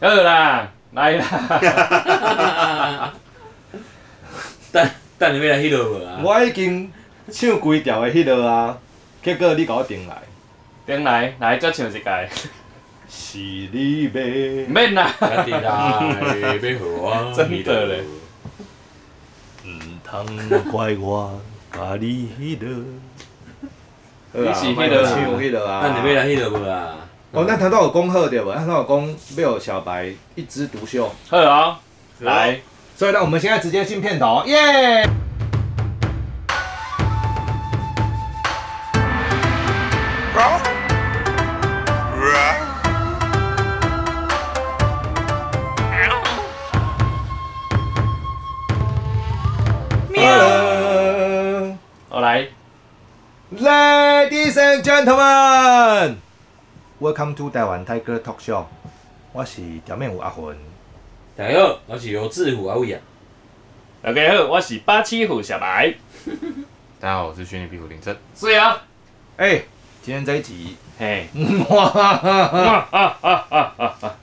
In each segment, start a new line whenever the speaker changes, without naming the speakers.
好啦，来啦，
等等你要来迄落无啊？
我已经唱几条的迄落啊，结果你甲我定来，
顶来来再唱一届，
是你
毋
要
免啦，
家己来，要互我
真的嘞
毋通怪我，甲你迄落。
你是迄落啊
唱迄落
等你要
啊。
来迄落无啊？
哦，咱头拄有讲好对无？咱头拄有讲要有小白一枝独秀，
好哦，来，
所以呢，我们现在直接进片头，耶！Hello,
我来，
ladies and gentlemen, welcome to 台湾 Tiger Talk Show。我是表面有阿魂，
大家好，我是罗志虎阿伟啊。
大家好，我是八七虎小白，
大家好，我是虚拟壁虎林正。
是啊，
哎、今天这一集
嘿，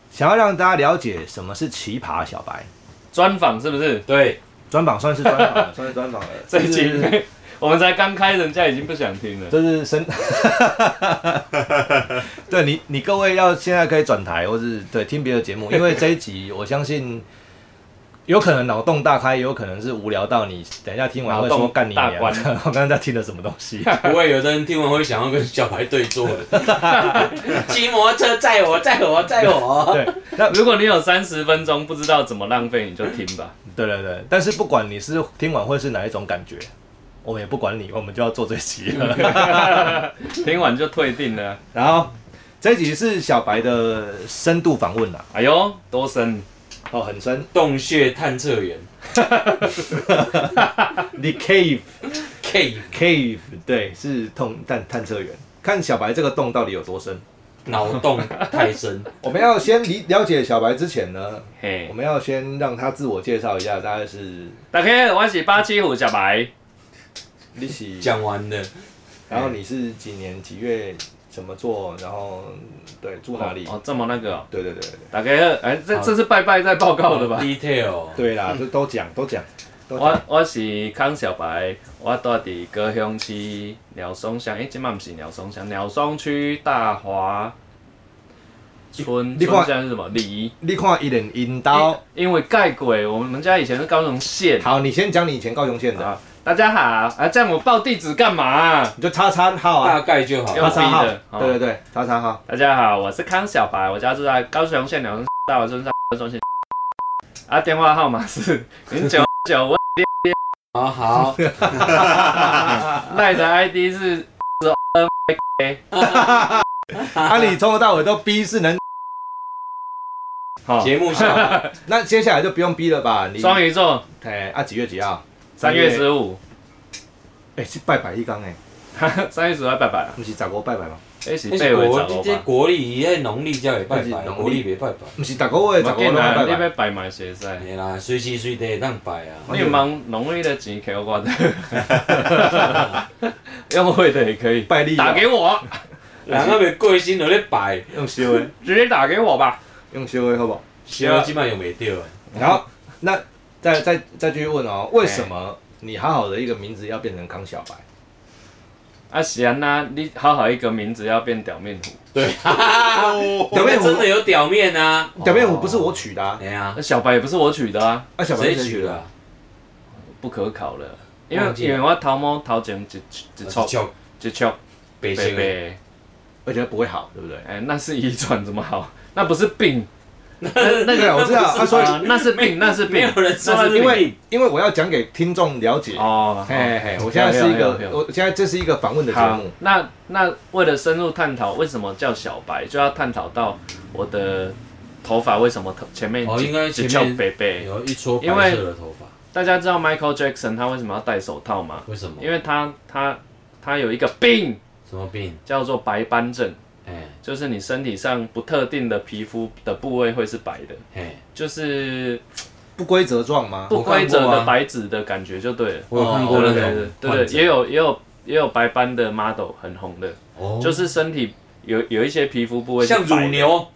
想要让大家了解什么是奇葩小白，
专访是不是？
对，
专访算是专访了，算是专访 了。
这
就
一集
是
我们才刚开，人家已经不想听了。
这是深， 对你你各位要现在可以转台，或是对听别的节目，因为这一集我相信有可能脑洞大开，也有可能是无聊到你等一下听完会
脑
说
洞
干你
大
娘，
观
我刚刚在听了什么东 西。
不会有的人听完会想要跟小白对坐的。 骑摩托车载我，载我，载我。
对，那
如果你有三十分钟不知道怎么浪费，你就听吧。
对对对，但是不管你是听完会是哪一种感觉，我们也不管你，我们就要做这集了。
听完就退订了。
然后这一集是小白的深度访问啦，啊
哎呦，多深！
哦，很深
洞穴探测员
，The Cave
K
Cave，对，是痛探探测员，看小白这个洞到底有多深。
脑洞太深，
我们要先理了解小白之前呢，
嘿
我，们要先让他自我介绍一下，大概是
大家好，我是八七虎小白，
你喜，
讲完了。
然后你是几年几月怎么做，然后对住哪里？
哦，这么那个、哦，
对对对对
大家好，哎、这这是拜拜在报告的吧？
Detail，
对，对
嗯
啦，就都讲都讲都讲。
我我是康小白，我住伫高雄市鸟松乡，诶、即摆毋是鸟松乡，鸟松区大华村
你
村
看
乡是什么？里
你看一脸引刀，
因因为盖鬼，我们家以前是高雄县
好，你先讲你以前高雄县的，
啊。大家哎好啊，这样我报地址干嘛、
你就叉叉号啊
大，概就好。
要
叉叉号
用逼的，哦好
对对对，叉叉号。
大家好，我是康小白，我家住在高雄县鸟松大华村上中县。啊，电话号码是零九九五，
好 好，
赖的 ID 是是 N K，
啊，你从头到尾都逼是 能，
好，
节目效果
那接下来就不用逼了吧？你
哦双鱼座，
哎啊几月几号？
三月十五，
哎是拜拜一刚哎，
三月十五拜拜啊，
不是十五拜拜吗？
哎是
这
拜
是
为
国
十五
这
吧？
国历，迄农历才会拜
这
拜
是，农历
国历袂拜拜。
不是十个月十
我
五都
见啦，
拜
你
拜。
要拜嘛是会使，
嘿啦，随时随地会当拜啊。
你忙农历的钱给我 的，用会的也可以，
拜历
打给我，
人还未过身就咧拜，
用修 的，
直接打给我吧。
用修的好不好？
烧即摆用袂着的。
然后那再再再继续问哦，为什
哎
么你好好的一个名字要变成康小白？
啊是啊，那你好好一个名字要变屌面虎，
对，哈哈哈
表面
我们啊真
虎
的有表面啊。
哦
表面虎不是我取的啊，
哎呀
那，小白也不是我取的啊。
啊小白
谁
是
取的？啊？
不可考了，因为
忘记
因
了哦
为我头毛头前一一一撮
叫
一撮
北
白
京的，
白，
而且不会好，对不对？
哎，那是遗传怎么好？ 那不是 病，那那
对啊，我知道。啊，所以
啊那是病，那是
没
病
有人说
那
他是
是病
因为因为我要讲给听众了解。
哦。
嘿嘿，我现在是一
没有没有没
个
有，
我现在这是一个访问的节
好
目。，
那那为了深入探讨为什么叫小白，就要探讨到我的头发为什么头前面
哦应该前面
北北。
有一撮白
因为
色的头发，
大家知道 Michael Jackson 他为什么要戴手套吗？
为什么？
因为他他他有一个病
什么病？
叫做白斑症，
哎
就是你身体上不特定的皮肤的部位会是白的，
哎，
就是
不规则状吗？
不规则
我看过
的
啊
白纸的感觉就对了。哦
我有看过
对
那
对对
种
对对，
患
也
者，
有也有也有白斑的 model 很红的，
哦
就是身体有有一些皮肤部位是
像乳
白的
牛，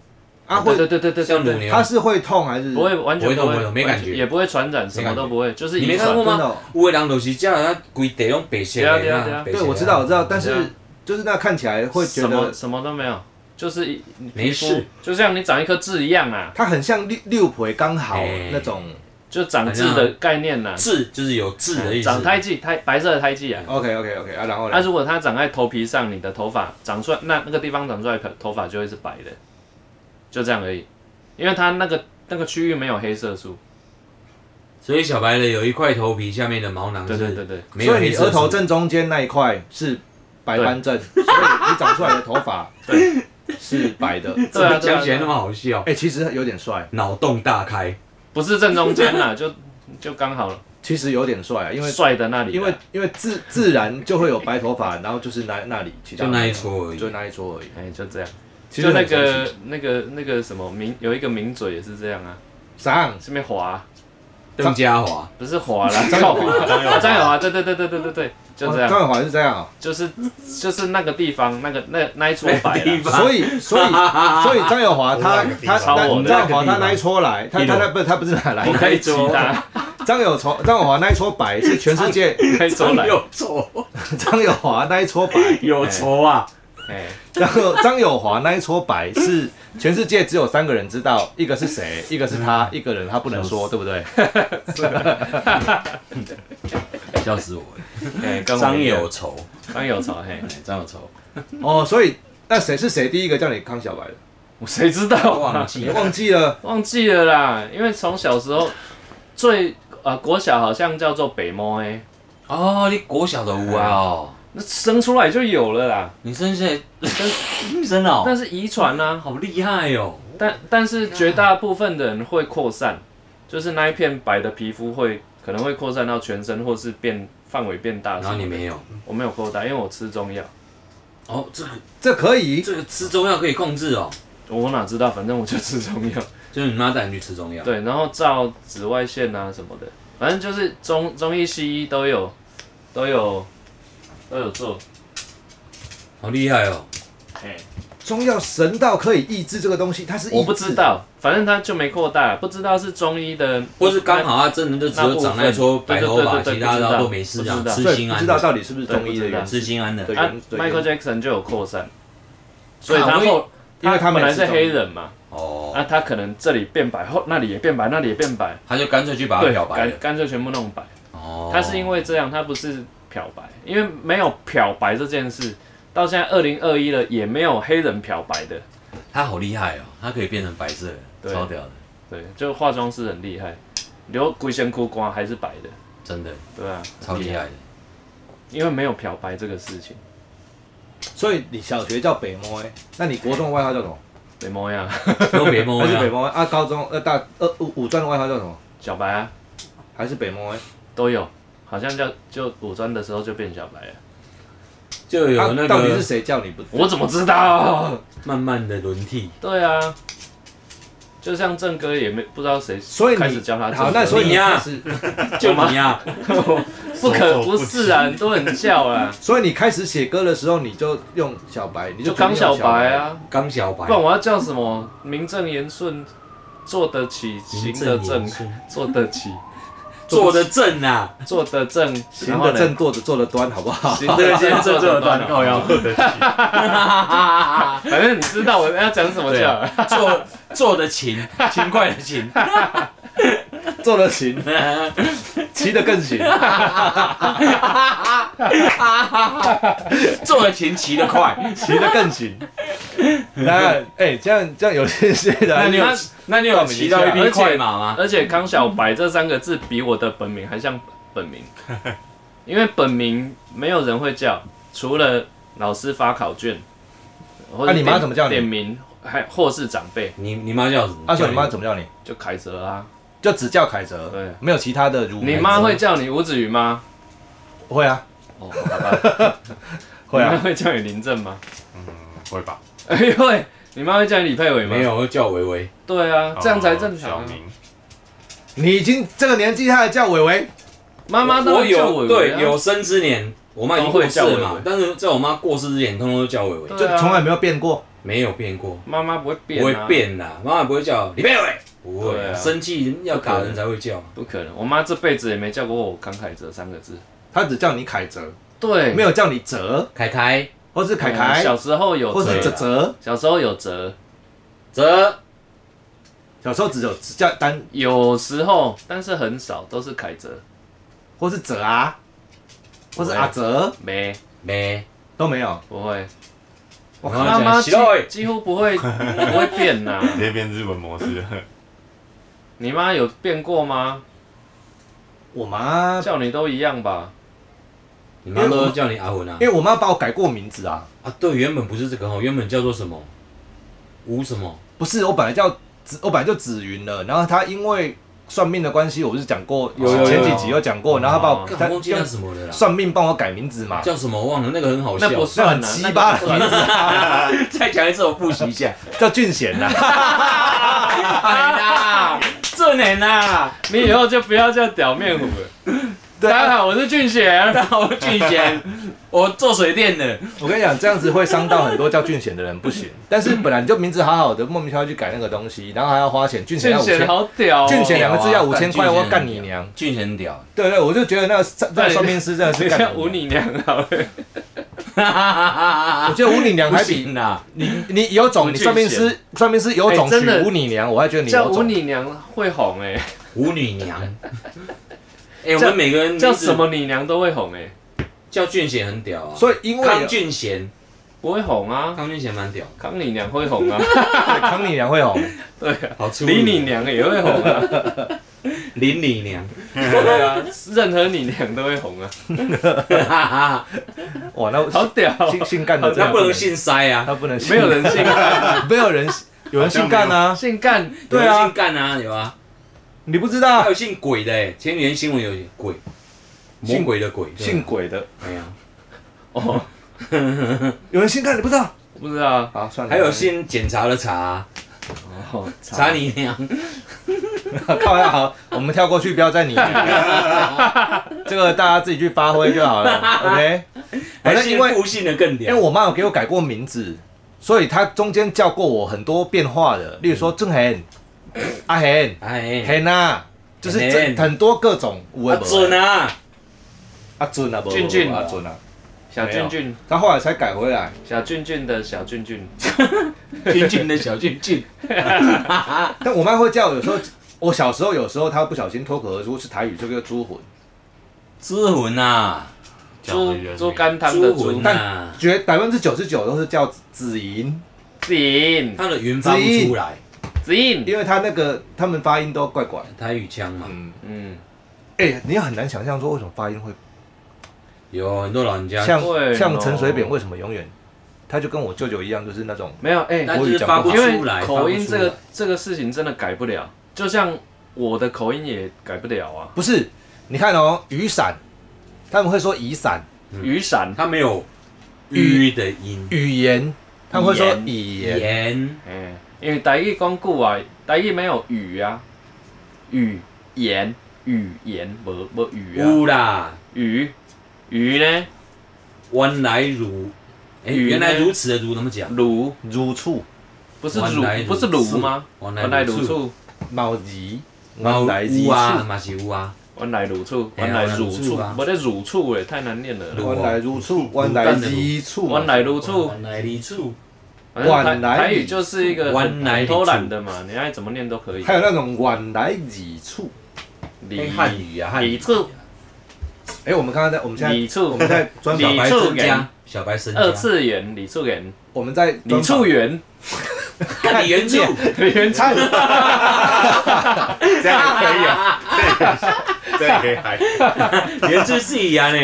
啊，
对
会
对对对对，
像乳
对
牛嗯
它，是会痛还是
不会完全
不会
不
痛
会
不会痛没
完
感
全
觉
也不会传染，什么都不会，就是
你没
遗传
看过吗
真的哦
有的人就是这样，规地用白色
对
的
啊对
啊
啊，
白色
对，
的
我知道，我知道，但
对
是
啊
就是那看起来会觉
什么
得
什么都没有，就是一你
没
皮肤
事，
就像你长一颗痣一样啊，
它很像六六婆刚好
哎
那种。
就长痣的概念呐、
痣就是有痣的意思。
长胎记，胎白色的胎记啊。
OK OK OK 啊，然后
那、
呢？
如果它长在头皮上，你的头发长出来，那那个地方长出来的头发就会是白的，就这样而已，因为它那个那个区域没有黑色素。
所以小白的有一块头皮下面的毛
啊
囊
对对对
是
对，
没有
所以
黑
你
色
额头
素，
正中间那一块是白斑症，所以你长出来的头发
对
是白 的。
对啊对啊
讲起来
对
那
啊
么好笑，
哎，其实有点帅，
脑洞大开。
不是正中间啦，就就刚好了，
其实有点帅啊，因为
帅的那里啦，
因为因为自自然就会有白头发，然后就是那那里，其他
就那一
撮
撮而已
就那一撮而已。
哎、就这样。
其
就
实
那
很神奇
个那个那个什么名有一个名嘴也是这样啊，
啥？
这边滑
邓家华，
不是滑啦，
张
靠
友
滑，啊 张友华，对对对对对对对，就这
哦
样，
张永华是这样 啊，
就是就是那个地方那个那那一撮 白
那个地
啦，
方
所以所以所以张友华他
我
他
超
他
我的
张友华他那一撮来，他
一
他他
楼
不是他不是哪来
不
的？
可以其 他，
张友从张友华那一撮白是全世 界
可以走来，
有仇，
张友华那一撮白，
有仇啊！
哎，
然后张友华那一撮白是全世界只有三个人知道，一个是谁，一个是
嗯
他，一个人他不能说，对不对？
笑死我了！
哎，跟我
张
一样
有仇，
张友潮，嘿，
哎张有 仇，
哦，所以那谁是谁第一个叫你康小白的？
我谁知道
忘
啊？
记
你
了。
忘记了？
忘记了啦，因为从小时候最啊国小好像叫做北猫哎，
哦，你国小的有啊哦，
那生出来就有了啦，
你生现在生生哦，
但是遗传啊，
好厉害哦！
但但是绝大部分的人会扩散，就是那一片白的皮肤会可能会扩散到全身，或是变范围变大。
然后你没有
我没有扩大，因为我吃中药，
哦，这个
这可以，
这个吃中药可以控制哦，
我哪知道？反正我就吃中药。
就是你妈带你去吃中药，
对，然后照紫外线啊什么的，反正就是中中医西医都有都有都有做。
好厉害哦！
哎、
中药神道可以抑制这个东西，它是抑制
我不知，道，反正它就没扩大，不知道是中医的，
或是刚好啊，真的就只有长那一撮白头发，
对对对对
其他的
不知道
都没事这样，
不知道
所
吃
以
心
不
安
知道
的，
到底是不是中医的
啊对不知道
原因，
吃心安的。
对
啊
原对
，Michael
原
Jackson 就有扩散，所以
啊
他
我以
后
因为他
他
们
本来是
也是
黑人嘛。
哦，
那他可能这里变白，后那里也变白，那里也变白，
他就干脆去把它
对，
啊漂白
干
了。
干脆全部弄白。
哦，
他是因为这样，他不是漂白，因为没有漂白这件事，到现在二零二一了，也没有黑人漂白的。
他好厉害哦，他可以变成白色的，
对
超屌的，
对，就化妆师很厉害，留龟仙哭光还是白的，
真的
对啊，
超厉害的。
因为没有漂白这个事情，
所以你小学叫北摸、欸，那你国中的外号叫什么？
没模样，
都别摸
还是北
呀，
摸、欸、啊？高中呃大呃五五专的外号叫什么？
小白啊
还是北摸、欸？
都有，好像叫就武装的时候就变小白了，
就有那
啊、到底是
个
谁叫你不？
我怎么知道？
慢慢的轮替。
对啊，就像郑哥也没不知道谁，
所以你
开始教他郑哥
好，那所以
你呀
开始，
就你呀，
不可不是啊，很多人叫 啊，
所以你开始写歌的时候，你就用小白，你
就
决定
刚
用
小
小
白，啊，
刚小白
不，然我要叫什么？名正言顺，做得起，行
名
得
正
正
言，顺
做得起，
坐得正啊，
做得正，
行
然后
得
呢
正，坐得坐得端，好不好？
行得 正，做得端
哦
靠腰喝得起，
反正你知道我要讲什么
对
叫
啊， 坐坐的勤，勤快的勤，
坐得行，骑得 更行。
坐的勤，骑得快。
骑得更紧。那哎、这样这样有些些的啊，
那你有
哎那
那你有骑到一匹快马吗？
啊而且康小白这三个字比我的本名还像本名，因为本名没有人会叫，除了老师发考卷，或者
啊你妈怎么叫你
点名，还或是长辈
你你妈叫什么？
阿水，你妈啊怎么叫你？
就凯泽啊。
就只叫凯哲，
对
没有其他的如
你妈会叫你吴子宇吗？
会啊
哦，好吧。
会
你妈
啊，
会叫你林正吗？
会吧？
哎会。你妈会叫你李佩伟吗？
没。有，我叫维维。
对啊，这样才正常
小
啊。
明，
你已经这个年纪，他还叫伟伟，
妈妈都
我
会叫
有
伟伟
对
啊。
有生之年，我妈已经
都会
过世了
叫伟
嘛
伟，
但是在我妈过世之前，通通都叫伟伟，
对
就
啊
从来没有变过。
没有变过，
妈妈不会变、
不
啊，
会，变啦，妈妈不会叫李佩伟，不会
对
啊，
啊
生气要打人才会叫。
不可能。我妈这辈子也没叫过我康凯哲三个字，
他只叫你凯哲，
对，
没有叫你哲，
凯凯、
或是凯
嗯
凯，
小时候有
或是哲
哲，
哲。
小时候有哲，
哲，
小时候只有只叫单，
有时候但是很少，都是凯哲，
或是哲啊，或是阿哲
没
没，
都没有。
不会。
我
然后
妈
讲
妈几
喜乐伟，
几乎不 会不会变呐、
直接变日文模式了。
你妈有变过吗？
我妈，
叫你都一样吧。
你妈都叫你阿文啊
因为我妈把我改过名字啊，
啊，对，原本不是这个哦，原本叫做什么？吴什么？
不是我本来叫紫，我本来就紫云了。然后她因为算命的关系，我不是讲过，
有有有
前几集有讲过，然后她把我
哦
干
她
我忘记叫
用
什么了啦，
算命帮我改名字嘛，
叫什么忘了，那个很好笑
那。不
那
算
很
啊，
鸡
那
巴的
个不算
名字，
再讲一次，我复习一下。
叫俊贤呐。
哎啊，这年啊，
你以后就不要叫表面虎了。大
对啊
家好，我是俊贤。
然后俊贤，我做水电的，
我跟你讲，这样子会伤到很多叫俊贤的人，不行。但是本来你就名字好好的，莫名其妙去改那个东西，然后还要花钱，俊贤
俊
要五
贤
千，
好屌、哦。
俊贤两个字要五千块，
干俊贤
我干你娘！
俊贤屌，
对对，我就觉得那个算那
对
个算命师真的是
你
干
像
我
吴
娘。
你娘好了。
哈哈哈哈
我
哈
觉得吴你娘
不
还比
行啦，
你你有种，你算命
吴俊
师算命师有种
哎真
娶
的
吴你娘，我还觉得你
叫
有
吴
种。
你娘会红哎、
舞女娘。 哎，我们每个人
叫
名字
什？么你娘都会红哎、
叫俊贤很屌啊，
所以因为
康俊贤，
不会红啊。
康俊贤蛮屌，
康你娘会红 啊，
对 康你娘会红，
对啊，
好粗鲁
李你，娘也会红啊，
林你 娘，
对啊，任何你娘都会红 啊，
哈哈哈，
哇，那
好屌哦、
性性干的这
那
样
不能，姓塞啊，
他不能姓
没有人 姓啊干，
没有人有人性干 啊，
姓干
对啊
有姓干啊，有啊，
你不知
还
道
有姓鬼的哎，前几天新闻有鬼，魔
姓
鬼的鬼，对啊
姓，鬼的，
哎呀，
哦，
有人性干你不知道？
不知道啊，
好，算了，
还有姓检查的查啊，
哦，
查你娘，
靠呀，好，我们跳过去，不要再你，这个大家自己去发挥就好了，OK。反
还
正
姓
因为
父姓的更
因为
屌，
我妈有给我改过名字，所以她中间叫过我很多变化的，例如说郑恒、阿恒、
哎，
恒啊，就是这
恒
很多各种有
阿
的没
准
的
啊，
阿尊啊，
俊俊
阿尊啊，
小俊俊，
她后来才改回来。
小俊俊的小俊俊，
俊俊的小 俊俊，
但我妈会叫我，有时候我小时候有时候她不小心脱口而出是台语，就叫猪魂，
知魂啊，
猪猪肝汤的
朱
猪
魂，啊，
绝百分之九十九都是叫子莹，
子颖
他的云发不出来，
子颖，
因为她那个他们发音都怪怪。
台语腔嘛，
嗯，
嗯，
哎、你也很难想象说为什么发音会
有很多老人家
像
对
像
哦
陈水扁为什么永远，他就跟我舅舅一样，就是那种
没有哎，
但就是发不
因
出来，
为口
发
音
不出
这
来
个这个事情真的改不了，就像我的口音也改不了啊，
不是？你看哦，雨伞，他们会说雨伞，
嗯
雨伞，
它没有
语
吁的音，
语言，他们会说语言，
言
哎，因为台语讲久啊，台语没有语啊，语言语言无无语啊，
有啦，
语语呢，
原来如，哎，
语呢
原来如此的如怎么讲？
乳
如处
不是
原
乳
来如
不是
此
乳吗？
原
原来乳
此，
处，
猫吉，
猫
来吉
有啊，，嘛是有啊，
原来乳处，
哎
原
呀
来乳
原来乳
处
处啊，
我在乳处哎，太难念了啦。
乳
弯来如处，弯来吉处，
原来乳处，
原来如此，
反正台
原来
台语就是一个
原来
很
乳处
偷懒的嘛，你爱怎么念都可以。
还有那种弯来吉处。
哎
李
汉语啊，汉
李
语，
处
哎、我们刚刚在我们现在
李处
我们在专
小
访
李，
白
处
生
言
家，小白生家，
二次元李处元
我们在
李
专访
处元
看李元柱，
李元处
看
这样也可 以啊，这样也可以嗨。
李元柱是一样呢，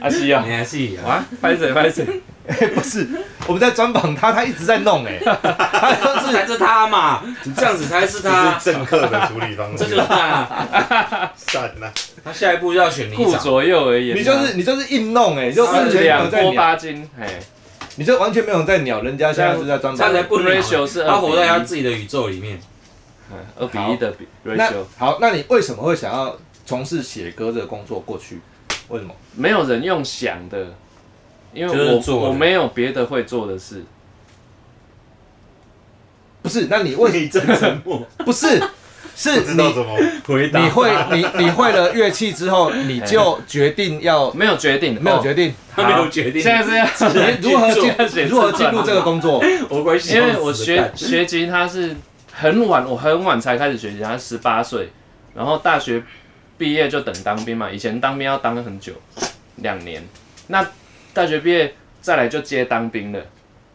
阿西啊
你，还是一样，
哇，拍谁拍谁，
不是我们在专访他，他一直在弄 哎、他
这才是他嘛，你这样子才是
这
他
是。政客的处理方
这
式
就是，他，
散了。
他下一步要选里
顾
长，
左右而言啊，
你就是你就是硬弄哎、你就啊完
四
全没有
两
在
拨
鸟，
八斤，哎，
你就完全没有在鸟人家，现在是在专
他才
门。
不能
ratio 是
他活在他
2:1
自己的宇宙里面。
嗯二比一的比
那
ratio，
好，那你为什么会想要从事写歌这个工作？过去为什么？
没有人用想的，因
就是
为我
做的
我没有别的会做的事。
不是，那你为
一阵沉默，
不是是
不知
你
道怎么回答。
你会你你会了乐器之后，你就决定要
没有决定，
没有
哦
决定
他没有决定
现在是要
你如何进
要写
如何
自
进
传
入
吗
这个工作，
我关系
因为我学学吉他是很晚，我很晚才开始学吉他，十八岁，然后大学毕业就等当兵嘛。以前当兵要当很久，两年。那大学毕业再来就接当兵了。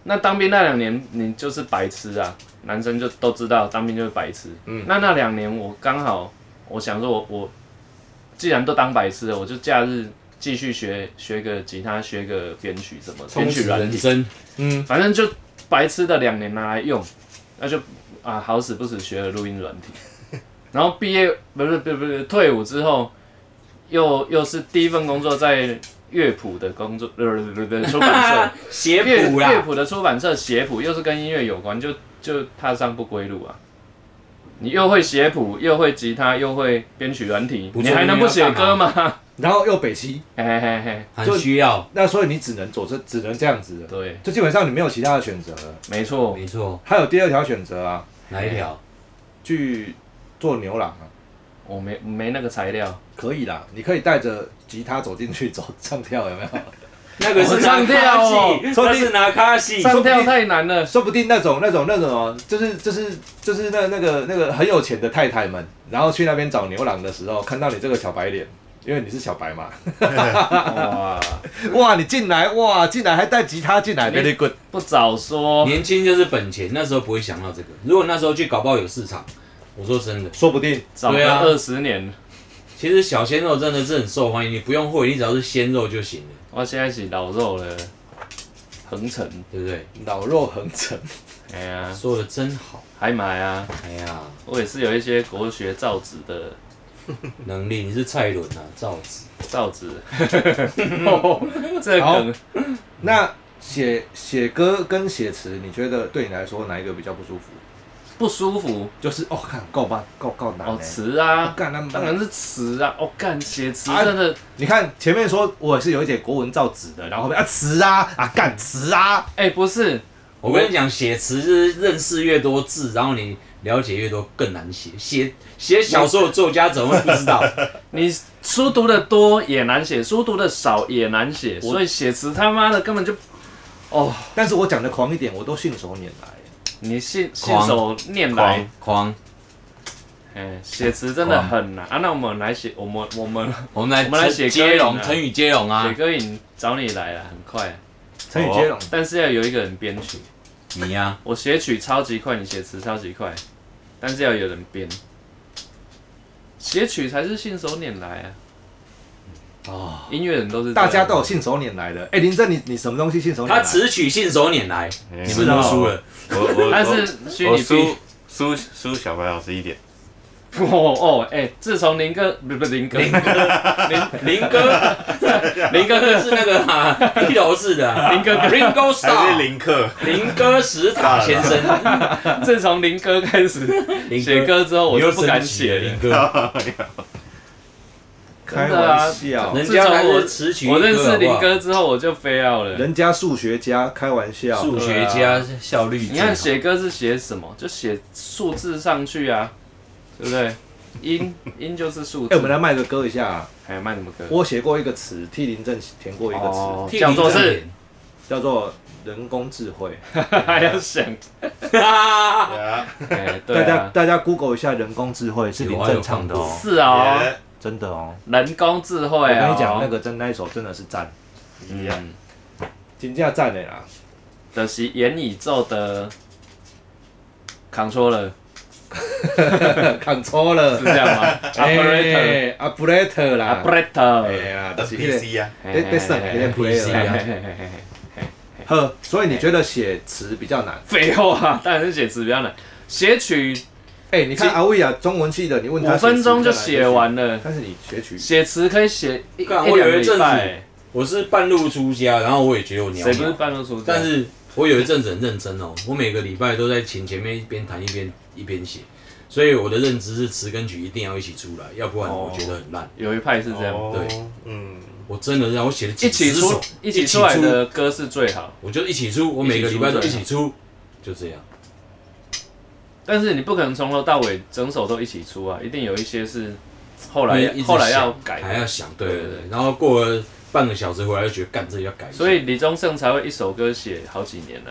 那当兵那两年你就是白痴啊，男生就都知道当兵就是白痴。啊
嗯
那那两年我刚好，我想说我我既然都当白痴了，我就假日继续学学个吉他，学个编曲什么编
充
曲
实
软
人
体。
生，
嗯，
反正就白痴的两年拿来用，那就啊好死不死学了录音软体， 然后毕业不是不是不是退伍之后，又又是第一份工作在乐谱的工作，呃不是不是不是出 版社，
写
乐
谱
乐
啦，
谱的出版社写谱又是跟音乐有关，就就踏上不归路啊。你又会写谱，又会吉他，又会编曲软体，
不
你
做
还能不写
音乐要干
歌吗？
然后又北西，
嘿嘿嘿，
很需要，
那所以你只能走这只能这样子了，
对，
就基本上你没有其他的选择了。
没错，
没错，
还有第二条选择啊，
哪一条？
去做牛郎啊，
我没没那个材料。
可以啦，你可以带着吉他走进去走唱跳，有没 有？
那个是拿
唱跳
卡
哦
西，那是拿卡西，
上跳太难了，
说不定那种那种那种哦，就是就是就是那那个那个很有钱的太太们，然后去那边找牛郎的时候，看到你这个小白脸。因为你是小白 嘛，
哇！
哇，你进来，哇，进来还带吉他进来
你
，very good，
不早说，
年轻就是本钱，那时候不会想到这个。如果那时候去，搞不好有市场。我说真的，
说不定
早
对
个
啊
二十年，
其实小鲜肉真的是很受欢迎，你不用会，你只要是鲜肉就行了，
我现在是老肉了，横城，
对不对？
老肉横陈。
哎呀，
说的真好，
还买啊！
哎呀，
我也是有一些国学造纸的
能力你是蔡伦啊，造纸，
造纸， 哦这
好
梗
那写写歌跟写词，你觉得对你来说哪一个比较不舒服？
不舒服
就是哦，看够吧，够够难、欸。
哦，词
哦
啊，
干那
当
当
然
然，
是词啊，哦干写词
啊
真的，
你看前面说我是有一点国文造纸的，然后后面啊词啊啊干词啊，
哎不是，
我跟你讲，写词就是认识越多字，然后你了解越多，更难写。写写小说的作家怎么会不知 道？
你书读的多也难写，书读的少也难写，所以写词他妈的根本就，哦，
但是我讲的狂一点，我都信手拈来。
你信信
狂
手拈来
狂。狂，
哎，写词真的很难啊！那我们来写，我们我们
我们来
我们来写歌
接
名
龙，
啊
成语接龙
写
啊，
歌影找你来了，很快，
成语接龙，
但是要有一个人编曲。
你呀、
我写曲超级快，你写词超级快，但是要有人编。写曲才是信手拈来啊！
哦，
音乐人都是这样
大家都有信手拈来的。哎、林正，你你什么东西
啊
信手拈来？
他词曲信手拈来，
哎
你们都输了。
我我我
但是虚
我
拟
输
币，
输输小白老师一点，
哦哦，哎、自从林哥不不林哥，林
林哥，林哥是那个啊，披头士的啊
林哥哥，
Ringo
还是
Starr，
林克？
林哥史塔先生，
自从林哥开始
林
写歌之后，我
你又
就不敢
升级了
写了
林。哥，
开
真的啊
玩笑，
人家还是词曲一哥，
我认识林
好
哥之后，我就飞 out 了。
人家数学家开玩
不好，
笑，
数学家效率最好，
你看写歌是写什么？就写数字上去啊，对不对？音 音就是数
哎、我们
字。
来卖个歌一下、啊。
还卖什么歌？
我写过一个词，替林正填过一个词，
哦
替
叫做
林正
是
脸，
叫做人工智慧。
还要想，
对啊
哎，对
大家
啊，
大家 Google 一下人工智慧是林正唱的
有啊有放
哦，
是哦，
真的哦。
人工智慧
我
哦。
跟你讲，那个真那一首真的是赞，
一样
嗯，
金价赞的啦。
就是元宇宙的 controller
看错了
是这样 吗？operator
，operator operator 啦，哎
operator，哎
呀，就是那个
PC 啊，
得得省一点
PC 啊
player 啦。呵，所以你觉得写词比较难？
废话，当然是写词比较难，写曲
哎，你看
其
阿伟啊，中文系的，你问他
五
写词
分钟就
比较难
写，完了。
但是你学曲
写词可以写一一
干
两
我有
个
一阵子
礼拜，
我是半路出家，然后我也觉得我鸟
谁不是啊
鸟，
半路出家？
但是我有一阵子很认真哦，我每个礼拜都在琴前面一边弹一边一边写，所以我的认知是词跟曲一定要一起出来，要不然
哦
我觉得很烂。
有一派是这样，
哦
对，
嗯，
我真的让我写了几
一起
十
出
首，
一起出来的歌是最好，
我就一起出，我每个礼拜都一起出，就这样。
但是你不可能从头到尾整首都一起出啊，一定有一些是后
后
来要后来要改
还
的。
要想，对对对。然后过了半个小时回来就觉得干这个要改一下，
所以李宗盛才会一首歌写好几年呢、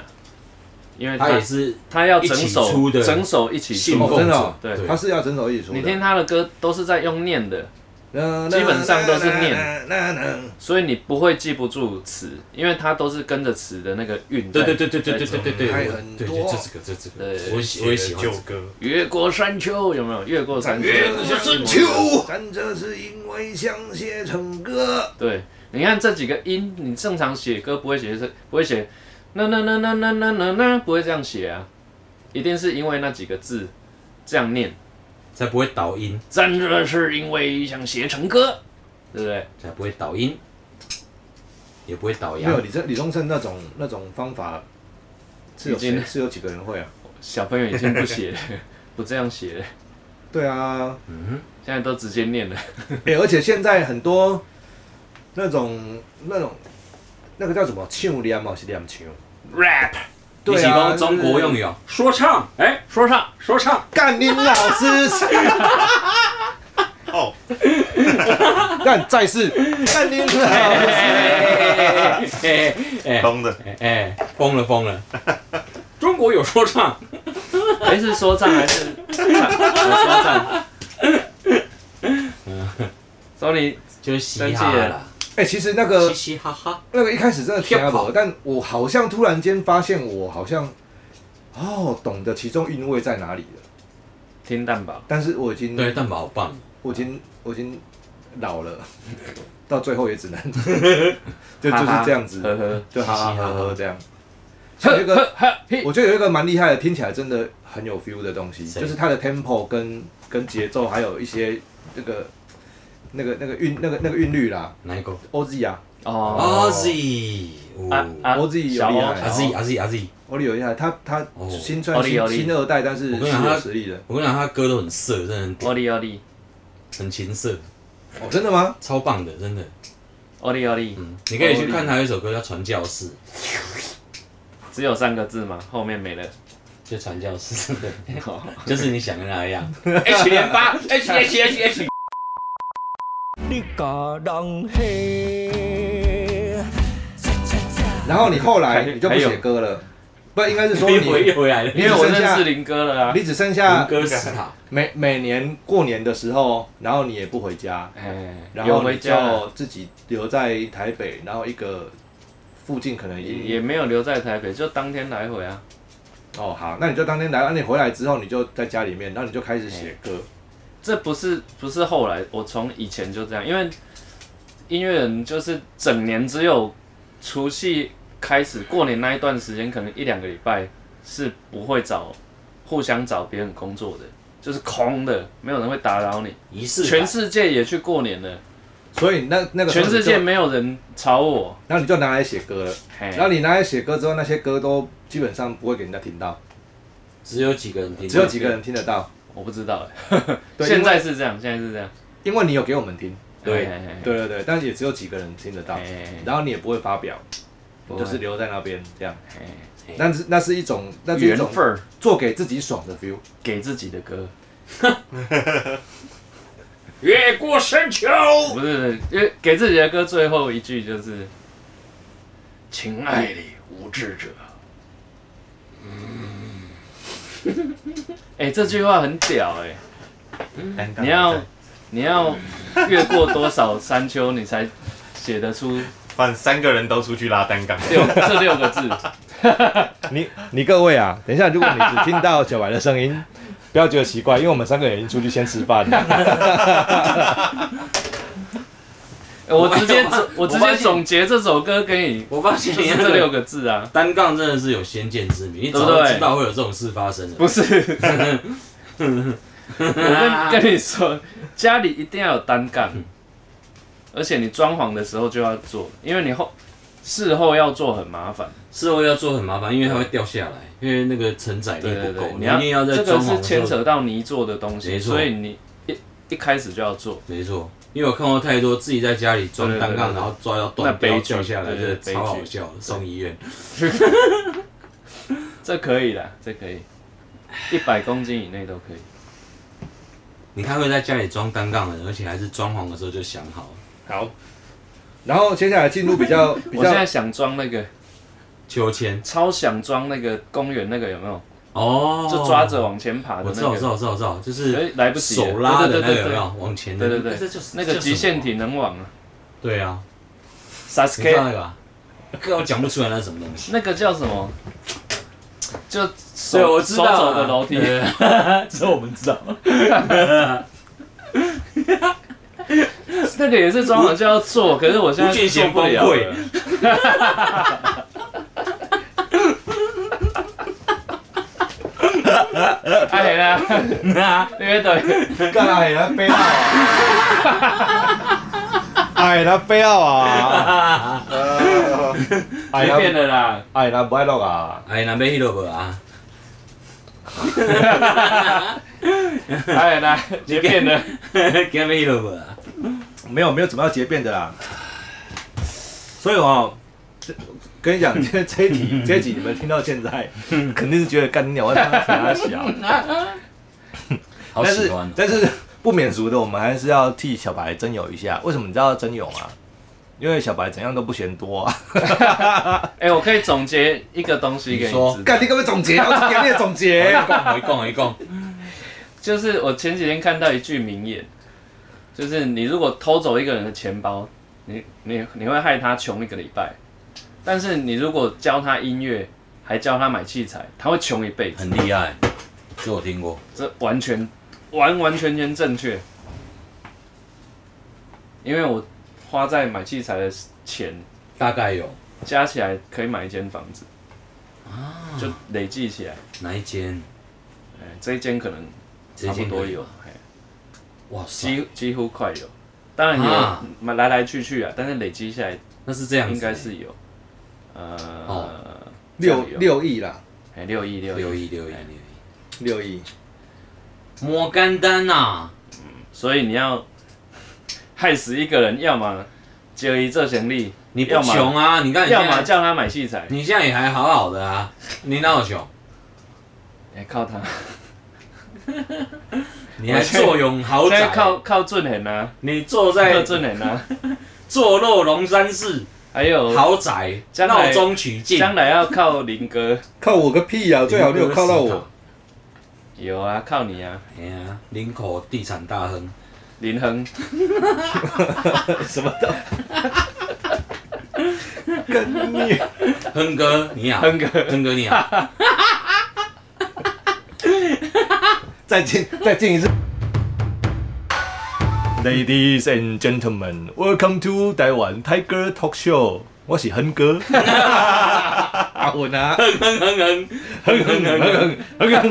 因为
他
他
也是
他要整
一起出
首
的
整首一起
信
出
哦，
奉
真的
者
哦，
对
他是要整首一起出的，
你听他的歌都是在用念的，
呃，
基本上都是念
念，
所以你不会记不住词，因为它都是跟着词的那个韵在。
对对对对对对对对对，
还
我
很
对
多
对，这这个这这个
对，
我也喜我也喜欢这
旧
个。
歌，
越过山丘有没有？越过山丘。
是
但这是因为想写成歌，
对，你看这几个音，你正常写歌不会写是，不会写那那那那那那那那，不会这样写啊，一定是因为那几个字这样念。
才不会倒音，
真的是因为想写成歌，对不对？
才不会倒音，也不会倒
没有
牙。
李正李宗盛那种那种方法，是有
已经
谁是有几个人会啊？
小朋友已经不写了，不这样写了，
对啊，
嗯
现在都直接念了。
哎，而且现在很多那种那种那个叫什么唱念嘛，是念唱，哦
rap
哼，
对
你
啊
喜欢中国用语哦，说唱，哎，
说唱，
说唱，
干你老师，
哦，
干再是干你老师。
哎哎哎
懂的，
哎哎，疯了疯了，中国有说唱，
哎、是说唱还是唱？说唱。所以
就是嘻哈啦，
哎、其实那
嘻
个
嘻哈哈，
那个一开始真的听不
Hip-hop
懂，但我好像突然间发现，我好像哦懂得其中韵味在哪里了。
听蛋堡，
但是我已经
对，蛋堡好棒，
我已经我已经老了， 到最后也只能 就就
哈
是
哈
这样子，
呵呵
就哈哈呵呵这样。像有
呵
一个，
呵呵嘿，
我觉得有一个蛮厉害的，听起来真的很有 feel 的东西，
谁
就是它的 tempo 跟跟节奏，还有一些那个那个那个韵那个那个韵律啦
哪一个
，OZ 啊
哦，
？Ozzy，
啊
哦
啊
，OZ 有
小
厉
O
害
，Ozzy Ozzy Ozzy，
欧力有厉害，他他
哦
新算
欧力
新
欧力
新二代，但是
我
是
跟你讲他
有实力的。
我跟你讲，他歌都很色，真的很屌
奥利奥利
很情色，
哦，真的吗？
超棒的，真的。
奥利奥利，
嗯，你可以去看他有一首歌叫《传教士》，
只有三个字嘛，后 面没了。
就传教士，对。
好
就是你想的那样。H 连八，H H H H。
你甲人吓，
然后你后来
还
你就不
还
写
有
歌了，不应该是说
又回
你
又回来了，
因为我认识林哥了啊
你。只剩
文
下
哥斯塔，
每每年过年的时候，然后你也不回家，
哎，
然
有
后
回
你
家了
就自己留在台北，然后一个附近可能
也
已经
也没有留在台北，就当天来回啊。
哦好，那你就当天来，那你回来之后你就在家里面，然后你就开始写歌。
这不是不是后来，我从以前就这样，因为音乐人就是整年只有除夕开始过年那一段时间，可能一两个礼拜是不会找互相找别人工作的，就是空的，没有人会打扰你。
仪式
全
感，
世界也去过年了，
所以那那个时
全
候你
世
就
界，没有人吵我。
然后你就拿来写歌了。
嘿
然后你拿来写歌之后，那些歌都基本上不会给人家听到，
只有几个人听，
只有几个人。听得到。
我不知道欸，
对
现在是这样，现在是这样。
因为你有给我们听，
对
嘿，嘿嘿
对对对，但也只有几个人听得到
哎哎哎，
然后你也不会发表，
不会
就是留在那边这样。
嘿
但是那是一种，那是一
缘
种
分儿
做给自己爽的 feel。
给自己的 歌。
越过山丘，
不是，因为给自己的歌最后一句就是“情爱里无智者”。
嗯
哎、这句话很屌哎、你要你要越过多少山丘，你才写得出
反正三个人都出去拉单杠，
六这六个字？
你你各位啊，等一下，如果你只听到小白的声 音，不要觉得奇怪，因为我们三个人已经出去先吃饭了。
哎我直接
我发现
我直接总结这首 歌给你，
我发现
就
你
是
那
这六
个
个字啊，
单杠真的是有先见之明，你早
对不
就
对
知道会有这种事发生的。
不是？ 我跟跟你说，家里一定要有单杠，而且你装潢的时候就要做，因为你后事后要做很麻烦。
事后要做很麻烦，因为它会掉下来，因为那个承载力
对对
不够，，
对你
一定要在
这
装
个
潢
是
的
牵
时候。
扯到泥做的东西，
没错
所以你一一开始就要做。
没错，因为我看过太多自己在家里装单杠，
对对对对
然后抓到断掉
那悲剧
掉下来，
对
真的
对悲剧
超好笑的，送医院。
这可以啦，这可以，一百公斤以内都可以。
你看会在家里装单杠的人，而且还是装潢的时候就想好，
好，
然后接下来进入比 较比
我现在
较
想装那个，
秋千
超想装那个公园那个有没有？
哦，
就抓着往前爬的
我知
那
道，我知道，
个，
我知道，我知道，就
可
是
以来不及了
手拉的
对
那
对对
个有没
对
有往前的？
对对对
这就是
那个
这
极限，
叫什
体
么啊
能网啊
对啊，你知道
，Sasuke
那个吧？哥，我讲不出来那是什么东西。
那个叫什么？就
对，
手
我知
手
道啊
肘的楼梯，
对 只有我们知道。
那个也是装好就要做，可是我现在
吴俊
做
贤
不了
崩
了
溃。啊
哎呀，因为对，
干矮人背奥 啊，矮人背奥啊， 哎矮
随
人
便的啦。
矮人不爱落啊，
哎，那边 h i 啊，
哎呀，随便的。
给没 h i 啊。
没有没有怎么要结辩的啦。所以哦，这跟 你讲，这这一集这一集你们听到现在， 肯定是觉得干鸟他妈他 小，
好
但
喜
是
欢哦、
但是不免俗的，我们还是要替小白征友一下。为什么你知道要征友吗？因为小白怎样都不嫌多啊！
哎，我可以总结一个东西给你
你说
知 道
干，你可不可以总结？我给你总 结。
我一共我一共，
就是我前几天看到一句名言，就是你如果偷走一个人的钱包，你你你会害他穷一个礼拜，但是你如果教他音乐，还教他买器材，他会穷一辈子。
很厉害，这我听过。
这完全完完全全正确，因为我花在买器材的钱
大概有
加起来可以买一间房子，就累计起来，
哪一间？
哎，这一间可能差不多有，哎
哇塞，
几几乎快有，当然
啊
有买来来去去啊，但是累积下来
那是这样子，
应该是有，呃，
六
这里有
六亿啦，
哎六亿六亿，
哦六一六一六一。
六亿。
摩甘丹呐、
所以你要害死一个人，要么就以这行力，
你不
要么
穷啊？你看你
要么
现在，
叫他买器材，
你现在也还好好的啊，你哪有穷？
哎靠他。
你还坐拥豪
现在
宅，
靠靠俊恒啊，
你坐
靠
在
俊恒啊，
坐落龙山寺
还有
豪宅，
将来
闹中取静。
将来要靠林哥，
靠我个屁呀、最好没有靠到
林
我
哥。
有啊，靠你啊，
哎呀，林口地产大亨，
林亨，
什么的？跟你
亨哥你好，
亨 哥
亨哥你好。
再进再进一次。Ladies and gentlemen, welcome to 台湾 Tiger Talk Show。我是恒哥，阿文 啊，
哼哼哼，
恒恒恒恒恒恒恒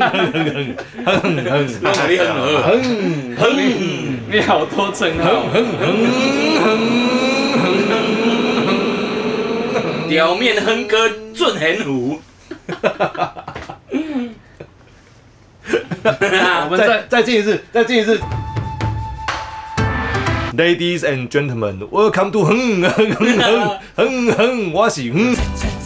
恒恒恒
那我力很 饿。
恒
嗯你好多称号，
表面哼歌准很糊。啊
我们
再
在
再进一次，再进一次。Ladies and gentlemen, welcome to 恒恒恒恒恒，我是恒。
cha